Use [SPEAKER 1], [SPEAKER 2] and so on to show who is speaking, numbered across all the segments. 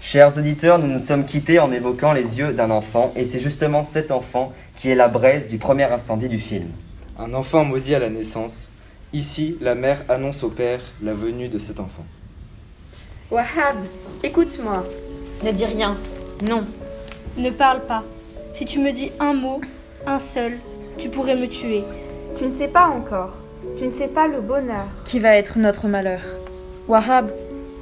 [SPEAKER 1] Chers auditeurs, nous nous sommes quittés en évoquant les yeux d'un enfant, et c'est justement cet enfant qui est la braise du premier incendie du film.
[SPEAKER 2] Un enfant maudit à la naissance. Ici, la mère annonce au père la venue de cet enfant.
[SPEAKER 3] Wahab, écoute-moi.
[SPEAKER 4] Ne dis rien. Non.
[SPEAKER 5] Ne parle pas. Si tu me dis un mot, un seul, tu pourrais me tuer.
[SPEAKER 6] Tu ne sais pas encore. Tu ne sais pas le bonheur.
[SPEAKER 7] Qui va être notre malheur Wahab,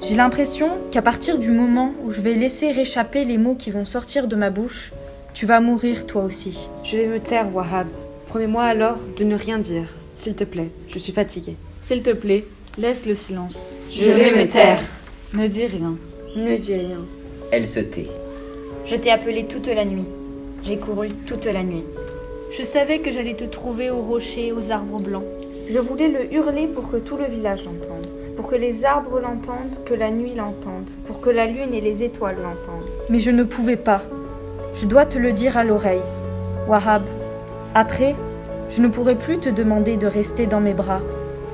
[SPEAKER 7] j'ai l'impression qu'à partir du moment où je vais laisser échapper les mots qui vont sortir de ma bouche, tu vas mourir toi aussi.
[SPEAKER 8] Je vais me taire, Wahab. Promets-moi alors de ne rien dire. S'il te plaît, je suis fatiguée.
[SPEAKER 9] S'il te plaît, laisse le silence.
[SPEAKER 10] Je, je vais me taire.
[SPEAKER 9] Ne dis rien.
[SPEAKER 6] Ne dis rien.
[SPEAKER 1] Elle se tait.
[SPEAKER 4] Je t'ai appelé toute la nuit. J'ai couru toute la nuit.
[SPEAKER 5] Je savais que j'allais te trouver aux rochers, aux arbres blancs.
[SPEAKER 6] Je voulais le hurler pour que tout le village l'entende, pour que les arbres l'entendent, que la nuit l'entende, pour que la lune et les étoiles l'entendent.
[SPEAKER 7] Mais je ne pouvais pas. Je dois te le dire à l'oreille. Wahab, après, je ne pourrai plus te demander de rester dans mes bras,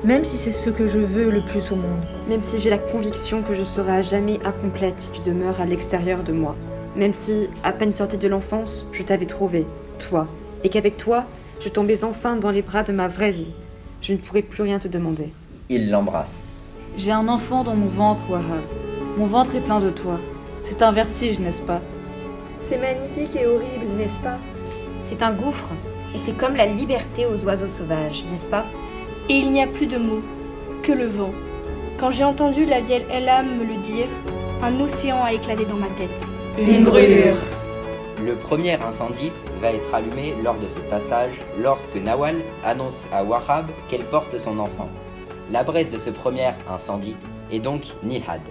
[SPEAKER 7] même si c'est ce que je veux le plus au monde.
[SPEAKER 8] Même si j'ai la conviction que je serai à jamais incomplète si tu demeures à l'extérieur de moi. Même si, à peine sortie de l'enfance, je t'avais trouvé, toi, et qu'avec toi, je tombais enfin dans les bras de ma vraie vie. Je ne pourrais plus rien te demander.
[SPEAKER 1] Il l'embrasse.
[SPEAKER 9] J'ai un enfant dans mon ventre, Wahab. Mon ventre est plein de toi. C'est un vertige, n'est-ce pas
[SPEAKER 6] C'est magnifique et horrible, n'est-ce pas
[SPEAKER 4] C'est un gouffre, et c'est comme la liberté aux oiseaux sauvages, n'est-ce pas
[SPEAKER 5] Et il n'y a plus de mots, que le vent. Quand j'ai entendu la vieille Elam me le dire, un océan a éclaté dans ma tête.
[SPEAKER 10] Une brûlure.
[SPEAKER 11] Le premier incendie va être allumé lors de ce passage lorsque Nawal annonce à Wahab qu'elle porte son enfant. La braise de ce premier incendie est donc Nihad.